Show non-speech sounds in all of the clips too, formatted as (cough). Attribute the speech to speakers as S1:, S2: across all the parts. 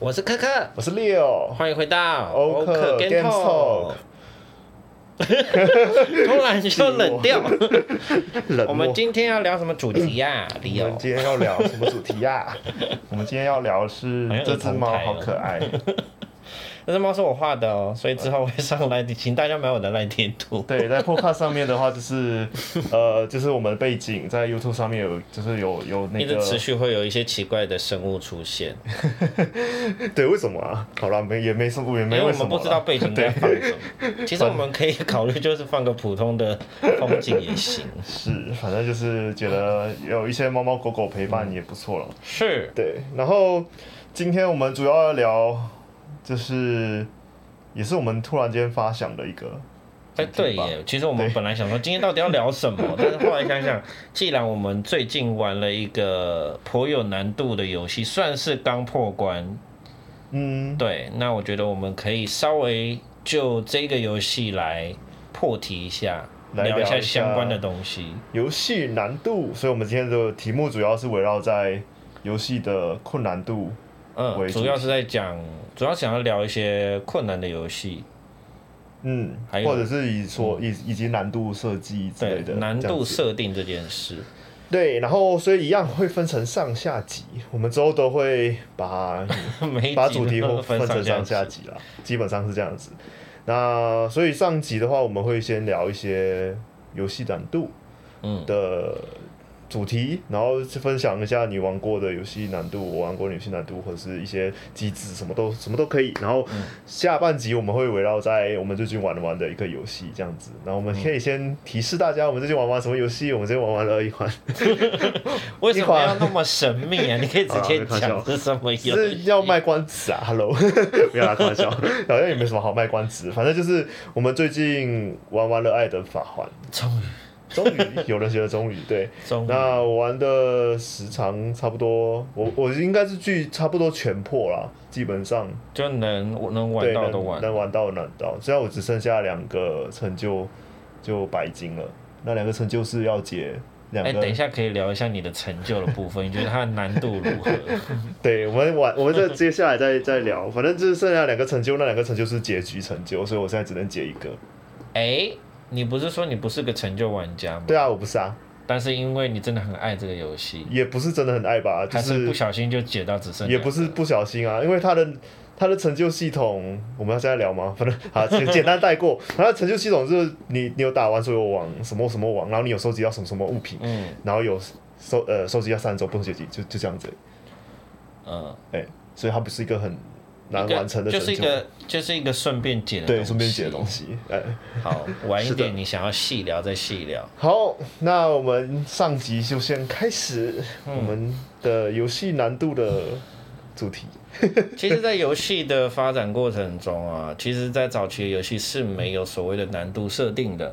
S1: 我是可可，
S2: 我是 Leo，
S1: 欢迎回到
S2: 欧克
S1: Game
S2: Game Talk，
S1: (laughs) 突然就冷
S2: (laughs)
S1: 掉。
S2: 冷漠
S1: 我们今天要聊什么主题啊呀、
S2: 我们
S1: Leo，
S2: 今天要聊什么主题呀、 (laughs) 我们今天要聊是
S1: 好像
S2: 这只猫
S1: 儿童牌
S2: 好
S1: 哦
S2: 可爱，
S1: 这只猫是我画的哦，所以之后会上来，请大家买我的赖贴图。
S2: 对，在 Podcast 上面的话 (laughs) 就是呃，就是我们的背景在 YouTube 上面有，就是有有那
S1: 一直
S2: 个哎
S1: 持续会有一些奇怪的生物出现，
S2: 对，为什么啊？好啦，没也没什么，也
S1: 因
S2: 没
S1: 为我
S2: 什
S1: 们不
S2: 么啊啦
S1: 知道背景啊在放什么。其实我们可以考虑就是放个普通的风景也行。
S2: (laughs) 是，反正就是觉得有一些猫猫狗狗陪
S1: 嗯
S2: 伴也不错了。
S1: 是，
S2: 对，然后今天我们主要要聊，就是也是我们突然间发想的一个，
S1: 哎，对耶，其实我们本来想说今天到底要聊什
S2: (laughs)
S1: 么，但是后来想想，既然我们最近玩了一个颇有难度的游戏，算是刚破关，
S2: 嗯，
S1: 对，那我觉得我们可以稍微就这个游戏来破题一下，
S2: 来
S1: 聊
S2: 聊
S1: 下
S2: 一下
S1: 相关的东西。
S2: 游戏难度，所以我们今天的题目主要是围绕在游戏的困难度。
S1: 嗯，
S2: 为主
S1: 主要是在讲，主要想要聊一些困难的游戏，
S2: 嗯，
S1: 还有嗯
S2: 或者是以说以以及难度设计之
S1: 对
S2: 类的
S1: 难
S2: 这样
S1: 度
S2: 子
S1: 设定这件
S2: (laughs)
S1: 事。
S2: 对，然后所以一样会分成上下集，我们之后都会把
S1: (laughs) 每一
S2: 把
S1: 集
S2: 主题
S1: 都
S2: 分
S1: 分
S2: 成上下
S1: 下，
S2: 集啦，基本上是这样子。那所以上集的话，我们会先聊一些游戏难度
S1: 嗯，
S2: 的主题，然后去分享一下你玩过的游戏难度，我玩过的游戏难度，或者是一些机制，什么都什么都可以。然后下半集我们会围绕在我们最近玩玩的一个游戏这样子，然后我们可以先提示大家我们最近玩玩什么游戏，我们最近玩玩了一款，
S1: 为什
S2: 一
S1: 么
S2: 款
S1: 要那么神秘啊？你可以直接
S2: (laughs) 好开玩笑
S1: 讲是什么游戏。
S2: (laughs) 是要卖关子啊，Hello，没有啦，开玩笑，好像也没什么好卖关子，反正就是我们最近玩完了《艾登法环
S1: 终于，》，
S2: 终于有人觉得终于对。
S1: 终于，
S2: 那我玩的时长差不多，我我应该是距差不多全破啦，基本上
S1: 就能我能玩
S2: 对
S1: 到都
S2: 能
S1: 玩。
S2: 能玩到能到，虽然我只剩下两个成就就白金了，那两个成就是要解两
S1: 哎，
S2: 个
S1: 等一下可以聊一下你的成就的部分，你觉得它的难度如
S2: (laughs)
S1: 何？
S2: 对，我们晚，我们再接下来再再聊，反正就是剩下两个成就，那两个成就是结局成就，所以我现在只能解一个。
S1: 哎，你不是说你不是个成就玩家吗？
S2: 对啊，我不是啊，
S1: 但是因为你真的很爱这个游戏，
S2: 也不是真的很爱吧，就
S1: 还是不小心就解到只剩
S2: 也
S1: 两
S2: 不是不小心啊，因为他的他的成就系统，我们要现在聊吗？反正好简简单带过。他的成就系统就是你你有打完所有网什么什么网，然后你有收集到什么什么物品，
S1: 嗯
S2: 然后有收呃收集到三周不同结局，就就这样子而已。
S1: 嗯，
S2: 哎、所以它不是一个很难
S1: 一个
S2: 完成的
S1: 就
S2: 成
S1: 是一个就是一个顺便解的
S2: 对，顺便解的
S1: 东
S2: 东
S1: 西。
S2: 西，哎、
S1: 好，晚一
S2: 是的
S1: 点你想要细聊再细聊。
S2: 好，那我们上集就先开始我们的游戏难度的主题。
S1: 其实，在游戏的发展过程中啊，其实，在早期的游戏是没有所谓的难度设定的，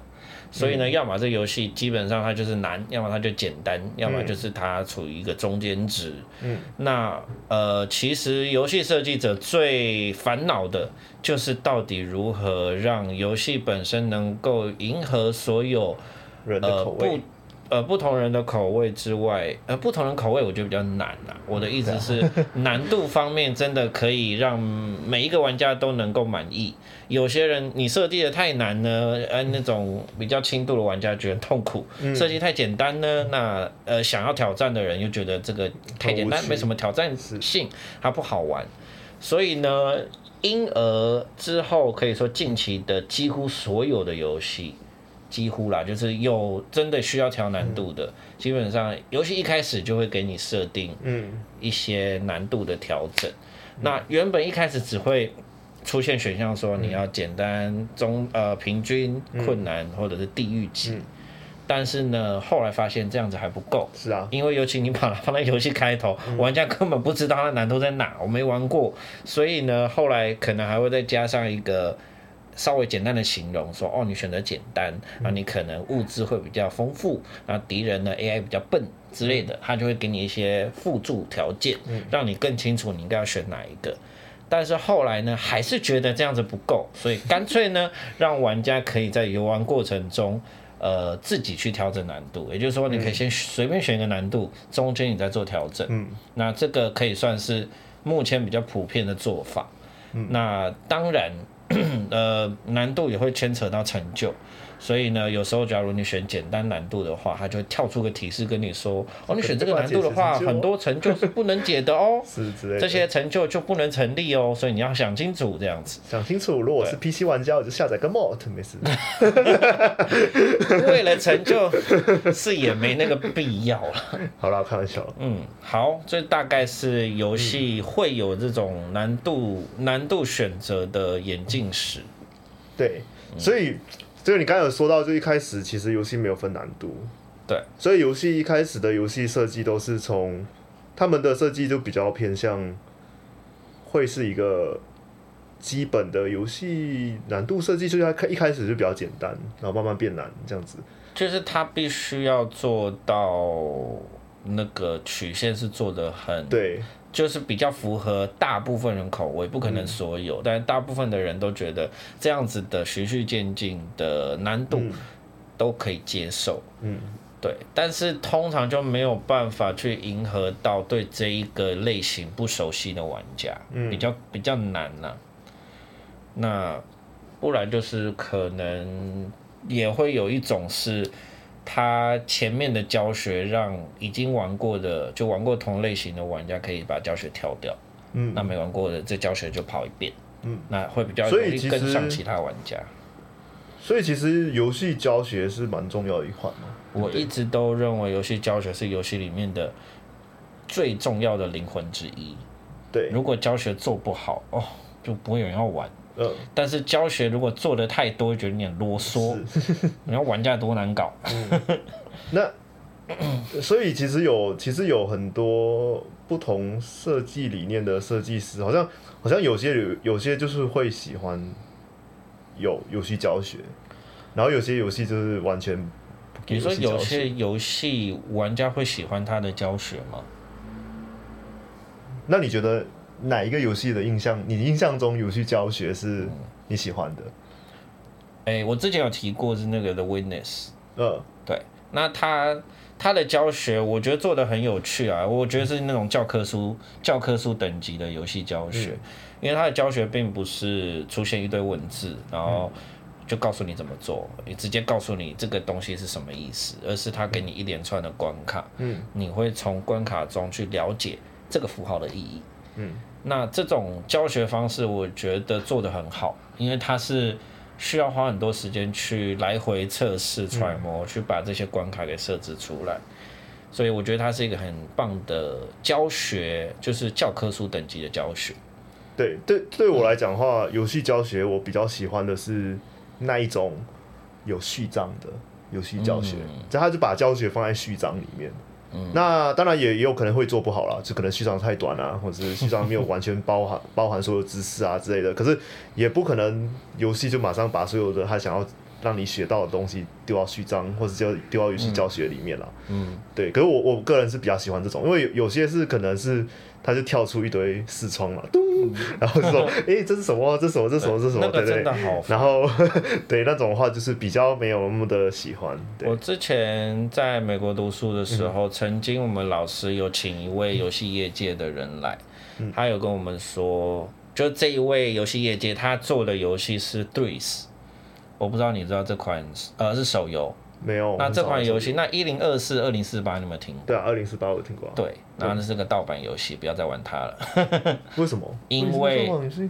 S1: 所以呢，要么这游戏基本上它就是难，要么它就简单，要么就是它处于一个中间值。
S2: 嗯，
S1: 那呃，其实游戏设计者最烦恼的就是到底如何让游戏本身能够迎合所有
S2: 人的口味，
S1: 呃不呃，不同人的口味之外，呃，不同人口味我觉得比较难啦。我
S2: 嗯
S1: 的意思
S2: 啊
S1: 是，难度方面真的可以让每一个玩家都能够满意。有些人你设计的太难呢，呃，那种比较轻度的玩家觉得痛苦；设计太简单呢，那呃想要挑战的人又觉得这个太简单
S2: 很无，趣
S1: 没什么挑战性，它不好玩。所以呢，因而之后可以说近期的几乎所有的游戏，几乎啦，就是有真的需要调难度的，基本上游戏一开始就会给你设定
S2: 嗯，
S1: 一些难度的调整。那原本一开始只会出现选项说你要简单、中呃平均、困难或者是地狱级，但是呢，后来发现这样子还不够，
S2: 是啊，
S1: 因为尤其你把它放在游戏开头，玩家根本不知道它的难度在哪，我没玩过，所以呢，后来可能还会再加上一个稍微简单的形容，说哦，你选择简单，啊，你可能物资会比较丰富，那敌人呢 AI 比较笨之类的，它就会给你一些辅助条件，让你更清楚你应该要选哪一个。但是后来呢，还是觉得这样子不够，所以干脆呢，让玩家可以在游玩过程中，呃，自己去调整难度。也就是说，你可以先随便选一个难度，中间你再做调整。
S2: 嗯，
S1: 那这个可以算是目前比较普遍的做法。那当然， (clears throat) 呃，难度也会牵扯到成就，所以呢，有时候假如你选简单难度的话，它就会跳出个提示跟你说，哦，你选这个难度的话，很多成就是不能解的 (laughs) 哦，
S2: 是之类的。
S1: 这些成就就不能成立哦，所以你要想清楚这样子。
S2: 想清楚，如果我是 PC 玩家，我就下载个 mod，没事。
S1: 为了成就是也没那个必要了。
S2: 好啦，开玩笑。
S1: 嗯，好，这大概是游戏会有这种难度、难度选择的眼镜史。
S2: 对，所以这个你刚才有说到，就一开始其实游戏没有分难度，
S1: 对，
S2: 所以游戏一开始的游戏设计都是从他们的设计就比较偏向会是一个基本的游戏难度设计，就是它开一开始就比较简单，然后慢慢变难这样子。
S1: 就是他必须要做到那个曲线是做的很，
S2: 对，
S1: 就是比较符合大部分人口味，不可能所
S2: 嗯
S1: 有，但大部分的人都觉得这样子的循序渐进的难度
S2: 嗯
S1: 都可以接受。
S2: 嗯，
S1: 对，但是通常就没有办法去迎合到对这一个类型不熟悉的玩家，
S2: 嗯
S1: 比较比较难呐、那不然就是可能也会有一种是，他前面的教学让已经玩过的就玩过同类型的玩家可以把教学跳掉，
S2: 嗯，
S1: 那没玩过的这教学就跑一遍，
S2: 嗯，
S1: 那会比较
S2: 所
S1: 容
S2: 以
S1: 易
S2: 其
S1: 跟上
S2: 实
S1: 其他玩家。
S2: 所以其实游戏教学是蛮重要的一环嘛。
S1: 我一直都认为游戏教学是游戏里面的最重要的灵魂之一。
S2: 对，
S1: 如果教学做不好，哦，就不会有人要玩。
S2: 呃，
S1: 但是教学如果做的太多，觉得有点啰嗦，
S2: 是。
S1: (laughs) 你要玩家多难搞。
S2: 那所以其实有其实有很多不同设计理念的设计师，好像好像有些有有些就是会喜欢有游戏教学，然后有些游戏就是完全不给
S1: 你说有
S2: 游戏教学
S1: 些游戏玩家会喜欢他的教学吗？
S2: 那你觉得哪一个游戏的印象？你印象中游戏教学是
S1: 嗯
S2: 你喜欢的？
S1: 哎、我之前有提过是那个的 Witness，
S2: 呃，
S1: 对，那他他的教学我觉得做的很有趣啊，我觉得是那种教科书教科书等级的游戏
S2: 嗯
S1: 教学，因为他的教学并不是出现一堆文字，然后就告诉你怎么做，也直接告诉你这个东西是什么意思，而是他给你一连串的关卡，
S2: 嗯
S1: 你会从关卡中去了解这个符号的意义。
S2: 嗯，
S1: 那这种教学方式，我觉得做得很好，因为它是需要花很多时间去来回测试、揣摩，去把这些关卡给设置出来。所以我觉得它是一个很棒的教学，就是教科书等级的教学。
S2: 对对，对我来讲的话，游戏教学我比较喜欢的是那一种有序章的游戏教学，这、他就把教学放在序章里面。那当然也也有可能会做不好啦，就可能序章太短啊，或者是序章没有完全包含 (laughs) 包含所有知识啊之类的。可是也不可能游戏就马上把所有的他想要让你学到的东西丢到序章，或者就丢到游戏教学里面啦。
S1: 嗯，
S2: 对，可是我我个人是比较喜欢这种，因为有有些是可能是它就跳出一堆视窗嘛，咚， (laughs) 然后就说，诶，这是什么？这是什么？这是什么？这是什么？
S1: 嗯那
S2: 对
S1: 个
S2: 对
S1: 真的好
S2: 然后 (laughs) 对那种的话，就是比较没有那么的喜欢。对嗯
S1: 我，之前在美国读书的时候，曾经我们老师有请一位游戏业界的人来，
S2: 嗯
S1: 他有跟我们说，就这一位游戏业界他做的游戏是 Threes，我不知道你知道这款呃是手游，
S2: 没有。
S1: 那这款游戏
S2: 很
S1: 那一零二四二零四八你有没有听过？
S2: 少人玩，对啊，二零四八我听过、啊。，
S1: 对，然后那是个盗版游戏，不要再玩它了，
S2: 为什么？
S1: 因
S2: 为什么这款游戏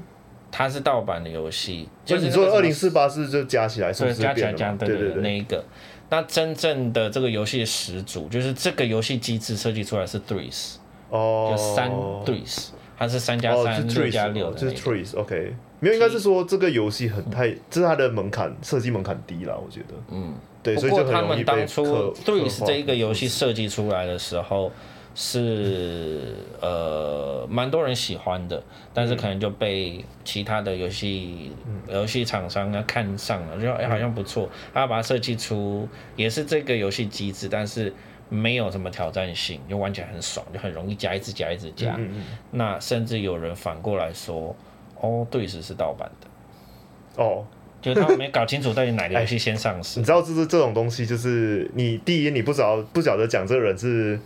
S1: 它是盗版的游戏。
S2: 就
S1: 就是是
S2: 你说
S1: 那个
S2: 二
S1: 什么
S2: 零四八是就加起来数
S1: 对，
S2: 字
S1: 加起来
S2: 变了
S1: 加
S2: 嘛？
S1: 对
S2: 对
S1: 对
S2: 对，
S1: 那一个。那真正的这个游戏的始祖，就是这个游戏机制设计出来是 threes，
S2: 哦，
S1: 有三 threes，它是三加
S2: 哦，
S1: 三、
S2: 是
S1: 六
S2: trees，
S1: 加六的
S2: 就
S1: 那
S2: 是
S1: 个。
S2: trees，OK、没有，应该是说这个游戏很太，这是它的门槛，设计门槛低啦，我觉得。嗯，对，
S1: 不
S2: 所以
S1: 过
S2: 就
S1: 他
S2: 很容易
S1: 们
S2: 被
S1: 当
S2: 刻
S1: 初
S2: 刻
S1: threes
S2: 画嗯
S1: 这一个游戏设计出来的时候，是呃蛮多人喜欢的，但是
S2: 嗯
S1: 可能就被其他的游戏游戏厂商啊看上了，就哎、好像不错，他把它设计出也是这个游戏机制，但是没有什么挑战性，就玩起来很爽，就很容易加一直加一直加。
S2: 嗯嗯
S1: 那甚至有人反过来说，哦，threes 是盗版的，
S2: 哦，
S1: 就是他们没搞清楚到底哪个游戏先上市
S2: 哎你。知道，就是这种东西，就是你第一你不知道不晓得讲这个人是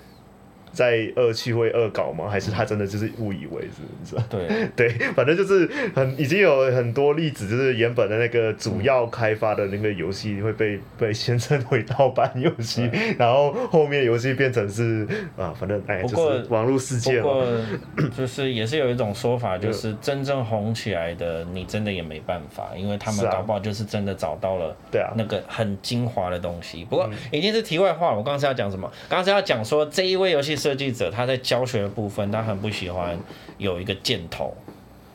S2: 在恶趣味恶搞吗？还是他真的就是误以为是不是？
S1: 对，
S2: 对，反正就是很已经有很多例子，就是原本的那个
S1: 嗯
S2: 主要开发的那个游戏会被被先称为盗版游戏， (laughs) 然后后面游戏变成是啊，反正
S1: 嗯
S2: 哎，
S1: 不
S2: 就
S1: 过
S2: 是网络世界
S1: 不
S2: 嘛。
S1: 过就是也是有一种说法，就是真正红起来的，你真的也没办法，因为他
S2: 是
S1: 们
S2: 啊
S1: 搞不好就是真的找到了。
S2: 对啊，
S1: 那个很精华的东
S2: 嗯
S1: 西。不过已经是题外话了。我刚刚是要讲什么？刚刚是要讲说这一位游戏设计者他在教学的部分，他很不喜欢有一个箭头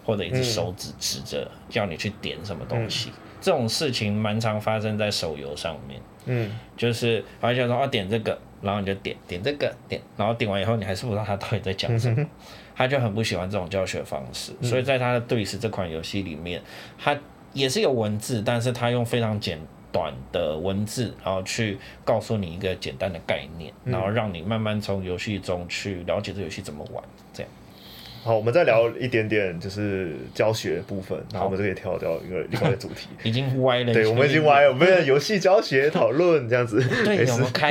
S1: 或者一只
S2: 嗯
S1: 手指指着叫你去点什么东西。这种事情蛮常发生在手游上面，
S2: 嗯，
S1: 就是好像想说哦点这个，然后你就点点这个点，然后点完以后你还是不知道他到底在讲什
S2: 嗯
S1: 么。他就很不喜欢这种教学方式，所以在他的《对视》这款游戏里面，他也是有文字，但是他用非常简短的文字，然后去告诉你一个简单的概念，
S2: 嗯
S1: 然后让你慢慢从游戏中去了解这游戏怎么玩。这样，
S2: 好，我们再聊一点点就是教学部分，然后我们这个也跳掉一个另外一个主
S1: (laughs)
S2: 题。
S1: 已经歪了。
S2: 对，我们已经。玩我们的游戏教学讨论这样子。
S1: 对，我们开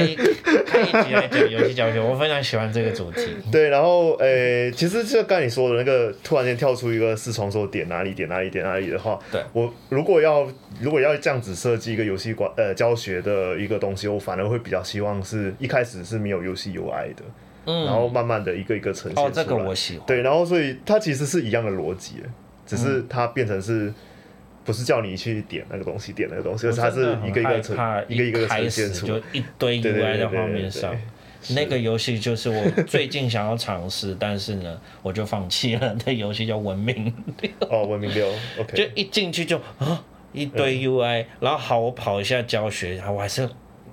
S1: 开一集来讲游戏教学，我非常喜欢这个主题。
S2: 对，然后诶、其实就刚才你说的那个，突然间跳出一个四重说点哪里点哪里点哪里的话，
S1: 对
S2: 我如果要如果要这样子设计一个游戏管呃教学的一个东西，我反而会比较希望是一开始是没有游戏 UI 的，
S1: 嗯，
S2: 然后慢慢的一个一个呈现出来。
S1: 哦，这个我喜欢。
S2: 对，然后所以它其实是一样的逻辑，只
S1: 嗯
S2: 是它变成是。不是叫你去点那个东西，点那个东西，而
S1: 我
S2: 是它
S1: 真
S2: 是
S1: 的很
S2: 一个一
S1: 害
S2: 个呈
S1: 怕
S2: 一个一个
S1: 开
S2: 呈
S1: 始
S2: 现出来
S1: 就。一堆
S2: 对对
S1: UI 在
S2: 对对
S1: 画面
S2: 对
S1: 上 (laughs)
S2: 对。
S1: 那个游戏就是我最近想要尝试，但是呢，我就放弃了。那游戏叫《文明
S2: 哦，文明六》，OK，嗯
S1: 就一进去就啊一堆 UI，、然后好，我跑一下教学，啊我还是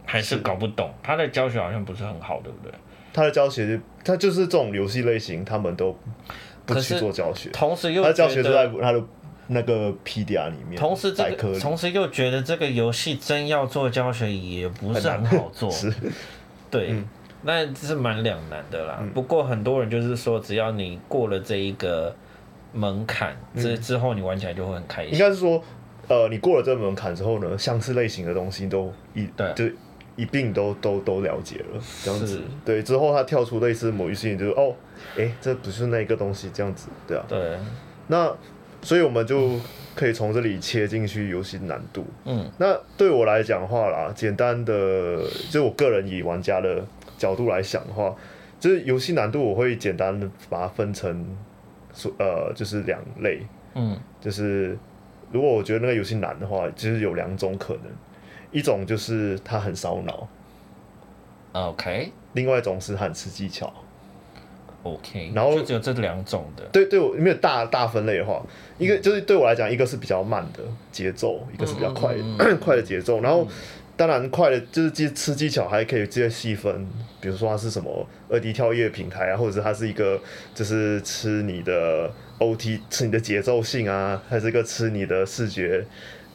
S1: 还是搞不懂，他的教学好像不是很好，对不对？
S2: 他的教学，他就是这种游戏类型，他们都不
S1: 可
S2: 去
S1: 是
S2: 做教学，
S1: 同时
S2: 他
S1: 又
S2: 的教
S1: 觉
S2: 学
S1: 得，
S2: 都在他的那个 PDR 里面，
S1: 同时这
S2: 百科
S1: 个，
S2: 里
S1: 同时又觉得这个游戏真要做教学也不是很好做，
S2: (laughs) 是嗯
S1: 对，那这是蛮两难的啦。不过很多人就是说，只要你过了这一个门槛，之之后你玩起来就会很开
S2: 嗯应
S1: 心。
S2: 该是说，呃，你过了这门槛之后呢，相似类型的东西都一
S1: 对
S2: 就一并都都都了解了，这样子
S1: 是，
S2: 对，之后他跳出类似某一些，你就是哦，诶，这不是那个东西，这样子，对啊，
S1: 对，
S2: 那所以我们就可以从这里切进去游戏难度，
S1: 嗯，
S2: 那对我来讲的话啦，简单的就我个人以玩家的角度来想的话，就是游戏难度我会简单的把它分成，所呃就是两类，
S1: 嗯，
S2: 就是如果我觉得那个游戏难的话，就是有两种可能，一种就是它很烧脑，
S1: OK。
S2: 另外一种是它很吃技巧。
S1: OK，
S2: 然后
S1: 就只有这两种的，
S2: 对，对我没有大大分类的话，一
S1: 嗯
S2: 个就是对我来讲，一个是比较慢的节奏，一个是比较快的、
S1: 嗯
S2: (clears throat) 快的节奏。然后当然快的，就是技吃技巧还可以直接细分，比如说它是什么二 D 跳跃平台啊，或者是它是一个就是吃你的 OT 吃你的节奏性啊，还是一个吃你的视觉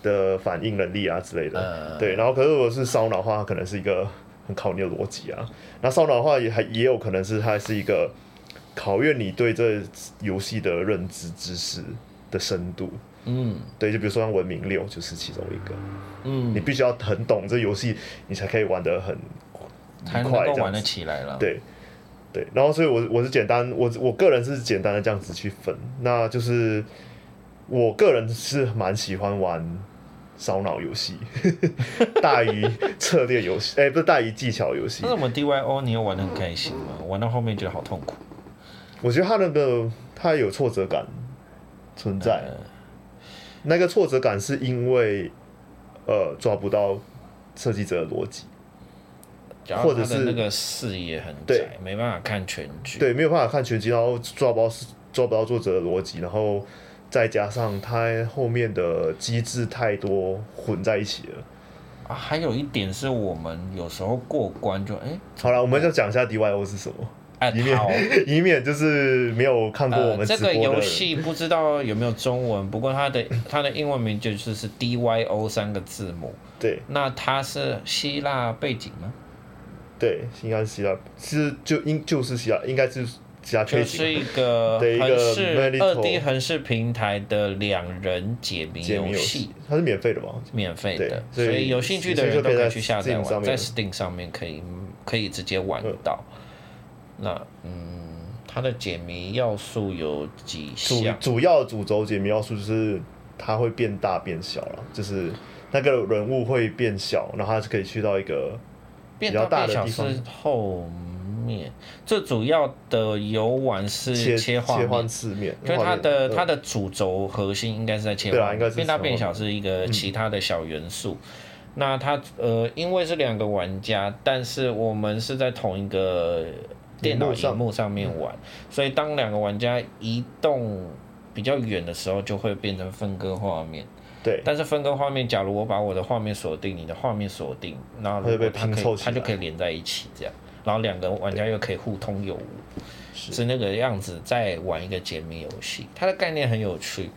S2: 的反应能力啊之类的。
S1: 呃
S2: 对，然后可是如果是烧脑的话，它可能是一个很考你的逻辑啊。那烧脑的话也还也有可能是它是一个考验你对这游戏的认知知识的深度。
S1: 嗯
S2: 对，就比如说像文明六就是其中一个，你
S1: 嗯，
S2: 必须要很懂这游戏，你才可以玩得很
S1: 才能
S2: 愉快
S1: 够
S2: 这
S1: 玩
S2: 样
S1: 得
S2: 子。
S1: 起来了。
S2: 对。对，然后所以我，我是简单，我我个人是简单的这样子去分，那就是我个人是蛮喜欢玩烧脑游戏， (laughs) 大于策略游戏，哎、不是大于技巧游戏
S1: 那。我们 DYO 你有玩得很开心吗？玩到后面觉得好痛苦。
S2: 我觉得他那个他有挫折感存在，
S1: 嗯
S2: 那个挫折感是因为呃抓不到设计者的逻辑，
S1: 然
S2: 或
S1: 后
S2: 者
S1: 他
S2: 是
S1: 的那个视野很
S2: 对
S1: 窄，没办法看全局。，
S2: 对，没有办法看全集，然后抓不到抓不到作者的逻辑，然后再加上它后面的机制太多混在一起了。
S1: 啊，还有一点是我们有时候过关就哎
S2: 好了，我们就讲一下 DYO 是什么， (laughs)
S1: 哎
S2: 以免
S1: 逃。
S2: 以免就是没有看过 (laughs) 我
S1: 呃，
S2: 们
S1: 这
S2: 直
S1: 个
S2: 播的
S1: 游
S2: 人。
S1: 戏不知道有没有中文， (laughs) 不过它的它的英文名就是是 D Y O 三个字母。
S2: 对
S1: 那它是希腊背景吗？
S2: 对，应该是希腊，是就应就是希腊，应该是希腊
S1: 就
S2: 背景
S1: 是一
S2: (laughs)
S1: 个
S2: 的一个
S1: 横式
S2: Melito
S1: 二 D 横式平台的两人解谜
S2: 解谜
S1: 游
S2: 游
S1: 戏
S2: 戏，，它是免费的吧？
S1: 免费的，所
S2: 对所以
S1: 以有兴趣的人都可以去下载
S2: 有兴趣就可以
S1: 玩，在
S2: 在 Steam
S1: Steam 上面可以可以直接玩到。那嗯，它的解谜要素有几
S2: 主
S1: 项？
S2: 主要主轴解谜要素就是它会变大变小了，就是那个人物会变小，然后它是可以去到一个
S1: 变
S2: 比较
S1: 大
S2: 大的
S1: 变小
S2: 地方
S1: 是后面，最主要的游玩是
S2: 切
S1: 换面
S2: 换次面，嗯
S1: 就是它的它
S2: 的
S1: 的主轴核心应该是在切
S2: 对啊
S1: 换，
S2: 应该是
S1: 变大
S2: 切换
S1: 变小是一个其他的小元素。那它呃，因为是两个玩家，但是我们是在同一个电脑
S2: 荧幕上嗯
S1: 荧幕上面玩，所以当两个玩家移动比较远的时候，就会变成分割画面。
S2: 对
S1: 但是分割画面，假如我把我的画面锁定，你的画面锁定，然后如果它
S2: 它就被拼
S1: 可
S2: 凑
S1: 以，
S2: 起来
S1: 它就可以连在一起这样，然后两个玩家又可以互通有无。
S2: 是
S1: 是那个样子在玩一个解谜游戏，它的概念很有趣。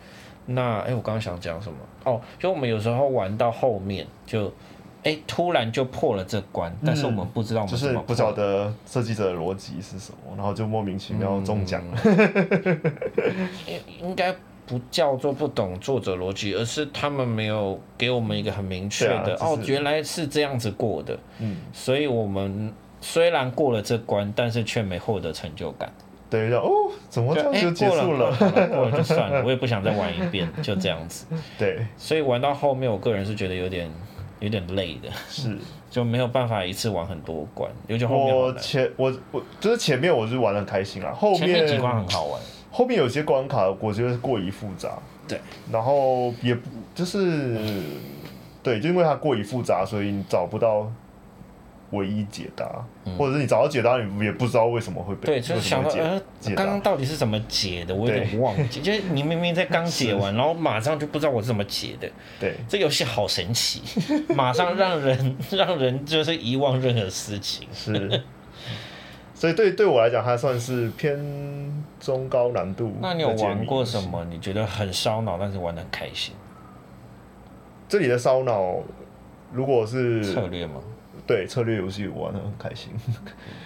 S1: 那哎、诶我刚刚想讲什么？哦，就我们有时候玩到后面就，哎、突然就破了这关，但是我们不知道我
S2: 嗯就
S1: 们怎
S2: 是
S1: 么
S2: 不
S1: 破
S2: 晓得设计者的逻辑是什么，然后就莫名
S1: 嗯
S2: 其妙中奖了。
S1: 应应该不叫做不懂作者逻辑，而是他们没有给我们一个很明确
S2: 对
S1: 的、
S2: 啊就是
S1: 哦，原来是这样子过的，
S2: 嗯，
S1: 所以我们虽然过了这关，但是却没获得成就感。
S2: 等于说哦，怎么这
S1: 就
S2: 样
S1: 哎、
S2: 就结
S1: 过
S2: 束
S1: 了
S2: 了？
S1: 过了过了就算了，我也不想再玩一遍，就这样
S2: (laughs)
S1: 子。
S2: 对，
S1: 所以玩到后面，我个人是觉得有点有点累的，
S2: 是
S1: 就没有办法一次玩很多关，尤其后面好
S2: 我
S1: 难。
S2: 前我我就是前面我是玩的开心啊，后
S1: 前面几关很好玩，
S2: 后面有些关卡我觉得是过于复杂，
S1: 对，
S2: 然后也不就是对，就因为它过于复杂，所以你找不到唯一解答，或者是你找到解答，你也不知道为什么会被
S1: 嗯对，就是
S2: 为什
S1: 想
S2: 么
S1: 到
S2: 会解
S1: 呃，
S2: 解
S1: 刚刚
S2: 答。
S1: 到底是怎么解的，我有点忘
S2: (laughs)
S1: 记。就是你明明在刚解完，然后马上就不知道我是怎么解
S2: (laughs)
S1: 的，
S2: 对，
S1: 这游戏好神奇，马上让人 (laughs) 让人就是遗忘任何事情。
S2: 是。所以对对我来讲，它算是偏中高难度。
S1: 那你有玩过什？么？你觉得很烧脑，但是玩的很开心？
S2: 这里的烧脑，如果是
S1: 策略吗？
S2: 对策略游戏，我玩的很开心。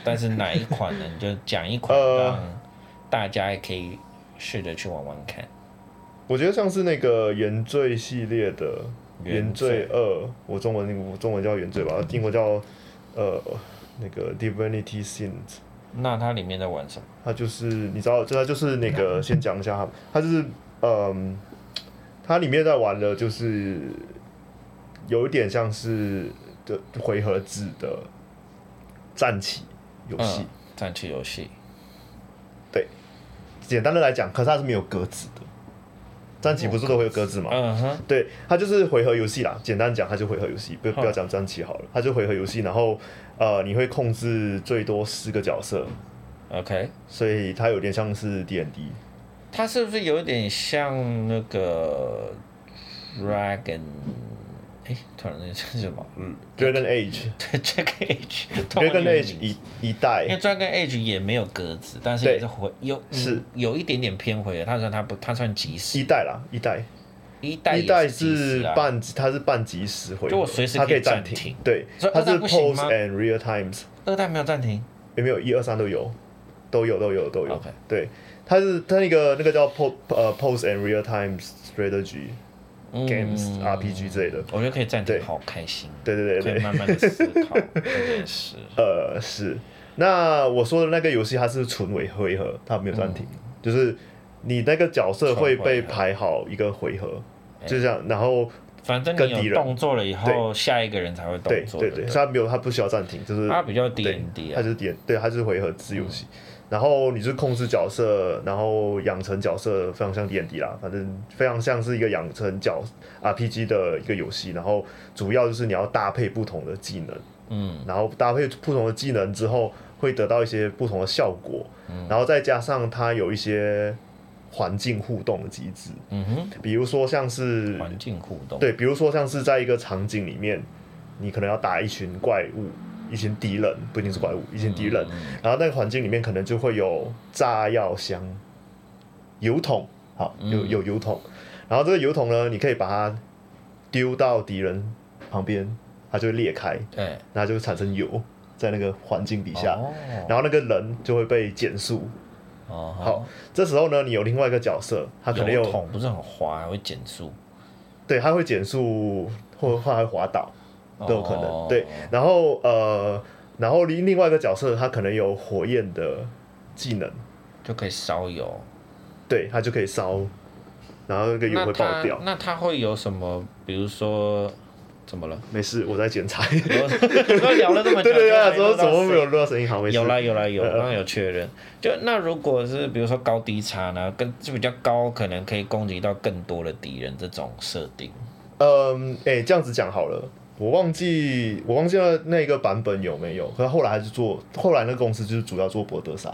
S1: 但是哪一款呢？你就讲一款，
S2: 呃
S1: 让大家也可以试着去玩玩看。
S2: 我觉得像是那个原罪系列的《原
S1: 原
S2: 罪
S1: 罪
S2: 二》，我中文那个我中文叫原罪吧，英文叫呃那个 Divinity Sins。
S1: 那它里面在玩什么？
S2: 它就是你知道，这它就是那个先讲一下它，它就是嗯，它里面在玩的就是有一点像是的回合制的战棋游戏。
S1: 嗯、战棋游戏，
S2: 简单的来讲，可是它是没有格子的。战棋不是都会有格子吗？
S1: 嗯哼，
S2: 对，它就是回合游戏啦。简单讲，它就回合游戏，不不要讲战棋好了，它就回合游戏。然后呃，你会控制最多四个角色，
S1: ，OK，
S2: 所以它有点像是 D N D。
S1: 它是不是有点像那个 Dragon？哎，突然间是什么？ (laughs) 嗯，
S2: Dragon Age
S1: 对，Dragon Age，
S2: Dragon
S1: 突然
S2: Age
S1: 间
S2: 一一
S1: 因
S2: 代
S1: 为 Dragon Age 也没有格子，但是
S2: 对
S1: 也是回有嗯
S2: 是
S1: 有一点点偏回了，它算它不，它算即时，啊
S2: 一代啦，一代
S1: 一代
S2: 一代
S1: 也即时
S2: 是
S1: 啊，
S2: 半，它是半即时回合，
S1: 就我随时
S2: 它
S1: 可以
S2: 可以
S1: 暂
S2: 暂
S1: 停
S2: 对，
S1: 所以
S2: 它
S1: 二代
S2: 是
S1: 不行
S2: pause
S1: 吗
S2: and real times，
S1: 二代没有暂停
S2: 有没有一二三都有，都有都有都有
S1: OK
S2: 对，它是它那个那个叫 pose 呃 pose and real time strategy
S1: 嗯
S2: games、RPG 之类的。
S1: 我觉得可以暂
S2: 对
S1: 停，好开心，
S2: 对对对
S1: 可
S2: 对
S1: 以，慢慢的思
S2: (laughs)
S1: 考这件事。
S2: 呃，是。那我说的那个游戏，它是纯为回合，它没有暂
S1: 嗯
S2: 停，就是你那个角色会被排好一个回合，
S1: 哎
S2: 就这样。然后
S1: 反正
S2: 跟
S1: 你
S2: 敌
S1: 有
S2: 人
S1: 动作了以后，下一个人才会动
S2: 对
S1: 作。
S2: 对
S1: 不
S2: 对，它没有，它不需要暂停，就是
S1: 它比较 D
S2: 对
S1: N D
S2: 它
S1: 啊，
S2: 就是点，对，它是回合制
S1: 嗯
S2: 游戏。然后你是控制角色，然后养成角色，非常像 D N D 啦，反正非常像是一个养成角 R P G 的一个游戏。然后主要就是你要搭配不同的技能，
S1: 嗯，
S2: 然后搭配不同的技能之后，会得到一些不同的效果，
S1: 嗯
S2: 然后再加上它有一些环境互动的机制，
S1: 嗯哼，
S2: 比如说像是
S1: 环境互动，
S2: 对，比如说像是在一个场景里面，你可能要打一群怪物，一群敌人，不一定是怪物，一群敌
S1: 嗯
S2: 人，然后那个环境里面可能就会有炸药箱、油桶，好，
S1: 嗯
S2: 有有油桶，然后这个油桶呢，你可以把它丢到敌人旁边，它就会裂开，
S1: 哎，
S2: 那就产生油在那个环境底下，
S1: 哦
S2: 然后那个人就会被减速。
S1: 哦，
S2: 好，这时候呢，你有另外一个角色，他可能
S1: 油
S2: 有
S1: 桶不是很滑，会减速，
S2: 对，他会减速或或还会滑倒都有可能。
S1: 哦
S2: 对，然后呃，然后另另外一个角色他可能有火焰的技能，
S1: 就可以烧油，
S2: 对他就可以烧，然后那个油
S1: 那
S2: 会
S1: 它
S2: 爆掉。
S1: 那它会有什么？比如说怎
S2: (laughs)
S1: 么了？
S2: 没事，我在检查。
S1: 我都聊了这么久，
S2: 对对对啊，
S1: 就
S2: 怎么
S1: 没
S2: 怎么没有
S1: 录
S2: 录到声音？好，
S1: 到谁？
S2: 没事。嗯
S1: 有啦有啦有，
S2: 呃呃
S1: 刚刚有确认。就那如果是比如说高低差呢，跟就比较高，可能可以攻击到更多的敌人这种设定。
S2: 嗯，哎、这样子讲好了，我忘记我忘记了那个版本有没有，可是后来还是做，后来那个公司就是主要做博德山。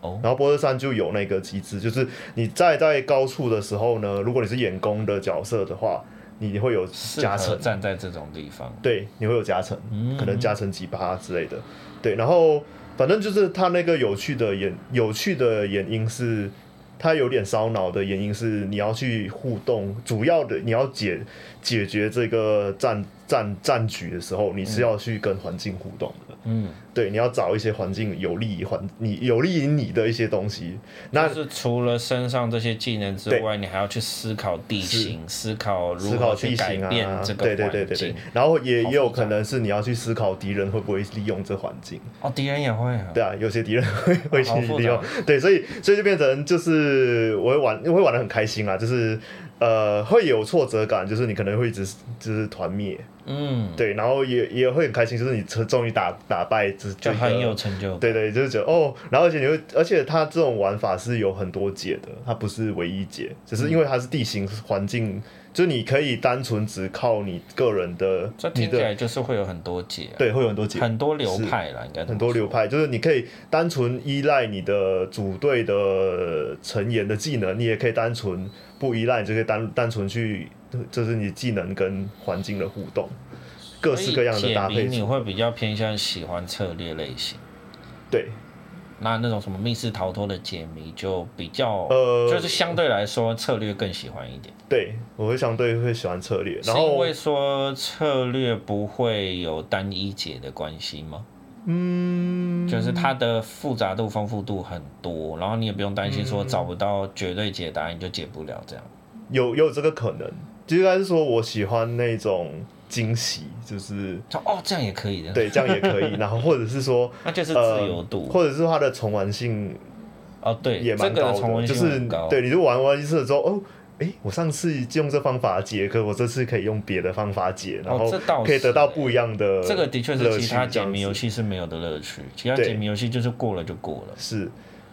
S1: 哦
S2: 然后博德山就有那个机制，就是你在在高处的时候呢，如果你是眼攻的角色的话，你会有
S1: 适
S2: 加
S1: 合
S2: 成，
S1: 站在这种地方，
S2: 对，你会有加成，
S1: 嗯
S2: 可能加成几趴之类的，对。然后反正就是它那个有趣的原有趣的原因是，它有点烧脑的原因是你要去互动，主要的你要解解决这个战战战局的时候，你是要去跟环境互动的，
S1: 嗯，
S2: 对，你要找一些环境有利于环你有利于你的一些东西，那
S1: 就是除了身上这些技能之外，你还要去思考地形，思考如
S2: 思考
S1: 何去
S2: 地
S1: 改
S2: 形
S1: 变
S2: 啊，
S1: 这个
S2: 对对对
S1: 环
S2: 对对
S1: 境。，
S2: 然后也
S1: 好
S2: 也有
S1: 复杂
S2: 可能是你要去思考敌人会不会利用这环境，
S1: 哦，敌人也会啊，
S2: 对啊，有些敌人会会去
S1: 好复杂
S2: 利用，对，所以所以就变成就是我会玩，会玩的很开心啦，就是呃会有挫折感，就是你可能会一直就是团灭，
S1: 嗯，
S2: 对，然后也也会很开心，就是你终终于打打败这
S1: 就
S2: 这个
S1: 很有成就感。
S2: 对对，就是觉得哦，然后而且你会，而且它这种玩法是有很多解的，它不是唯一解，
S1: 嗯
S2: 只是因为它是地形环境，就是你可以单纯只靠你个人的
S1: 这，
S2: 你
S1: 听起
S2: 的
S1: 来就是会有很多解、啊，
S2: 对会有很多解，
S1: 很多流派啦，应该这么
S2: 很多流派，就是你可以单纯依赖你的组队的成员的技能，你也可以单纯不依赖，你就可以单单纯去，就是你技能跟环境的互动，
S1: 说
S2: 各式各样
S1: 所以
S2: 的搭
S1: 解
S2: 配
S1: 谜你
S2: 组，
S1: 会比较偏向喜欢策略类型，
S2: 对，
S1: 那那种什么密室逃脱的解谜就比较，
S2: 呃
S1: 就是相对来说策略更喜欢一点。
S2: 对，我会相对会喜欢策略，然
S1: 是因
S2: 后
S1: 为说策略不会有单一解的关系吗？
S2: 嗯，
S1: 就是它的复杂度、丰富度很多，然后你也不用担心说找不到绝对解答，你就解不了这样。
S2: 有有这个可能，就应该是说我喜欢那种惊喜，就是
S1: 说哦，这样也可以的，，
S2: 对这样也
S1: (laughs)
S2: 可以，然后或者是说
S1: 那就是自
S2: 呃
S1: 由度。
S2: 或者是它的重玩性
S1: 哦，对，
S2: 呃也
S1: 这
S2: 蛮
S1: 个
S2: 高
S1: 的
S2: 的，
S1: 重温
S2: 就
S1: 性
S2: 是
S1: 很高。
S2: 对，你就玩完一次之后，哦，诶，我上次用这方法解，可我这次可以用别的方法解，然后
S1: 哦这倒
S2: 可以
S1: 是
S2: 得到
S1: 欸
S2: 不一样的乐趣。
S1: 这个的确是其他
S2: 这
S1: 解
S2: 样
S1: 谜
S2: 子
S1: 游戏是没有的乐趣，其他
S2: 对
S1: 解谜游戏就是过了就过了。
S2: 是。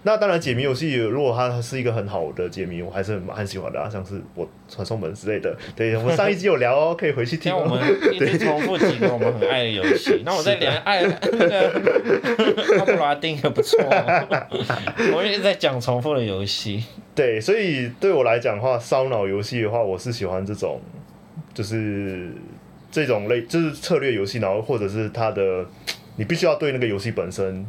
S2: 那当然，解谜游戏如果它是一个很好的解谜，我还是蛮很喜欢的、啊，像是我传送门之类的。对，我们上一集有聊哦，可以回去听
S1: 像
S2: 哦。 (laughs)
S1: 我们一直重复几个我们很爱的游戏，那我在连
S2: (laughs)
S1: 爱那个阿布拉丁也不错哦，我一直在讲重复的游戏。
S2: 对，所以对我来讲的话，烧脑游戏的话，我是喜欢这种，就是这种类，就是策略游戏，然后或者是它的，你必须要对那个游戏本身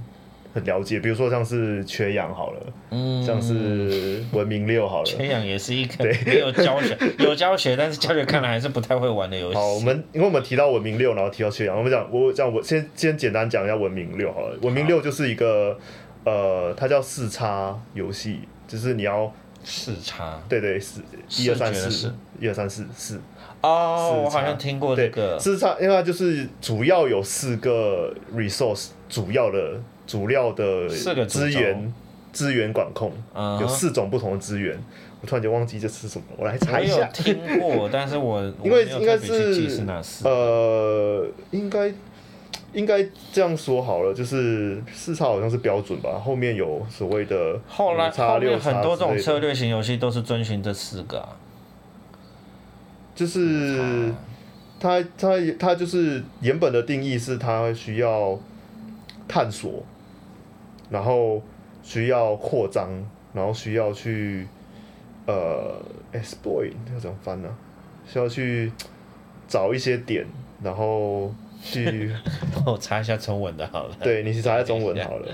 S2: 很了解，比如说像是缺氧好了，
S1: 嗯，
S2: 像是文明六好了。
S1: 全养也是一个没有教学，有教学，但是教学看来还是不太会玩的游
S2: 好，我
S1: 戏。
S2: 们因为我们提到文明六，然后提到缺氧，我们讲我讲我先先简单讲一下文明六好了。文明六就是一个呃，它叫四叉游戏，就是你要
S1: 视差
S2: 对对四
S1: 视
S2: 一二三
S1: 觉的
S2: 四
S1: 视
S2: 一二三四四
S1: 哦，我
S2: 视差
S1: 好像听过这
S2: 对，
S1: 个。
S2: 事实上，因为它就是主要有四个 resource 主要的主要的
S1: 四个主轴
S2: 资源资源管控，
S1: 嗯哼
S2: 有四种不同的资源。我突然间忘记这是什么，我来查
S1: 我
S2: 一
S1: 有
S2: 下。
S1: 听过，但是我
S2: 因为
S1: 我没有
S2: 应该
S1: 特别去记是哪四个
S2: 呃，应该应该这样说好了，就是四叉好像是标准吧，后面有所谓的
S1: 后来
S2: 五叉
S1: 后
S2: 六
S1: 面
S2: 叉
S1: 很多
S2: 之
S1: 这
S2: 类
S1: 种
S2: 的
S1: 策略型游戏都是遵循这四个、啊。
S2: 就是它它它就是原本的定义是它需要探索，然后需要扩张，然后需要去呃 exploit 要怎么翻呢、需要去找一些点，然后去
S1: (laughs) 我查一下中文的好了。，
S2: 对你去查一下中文好了，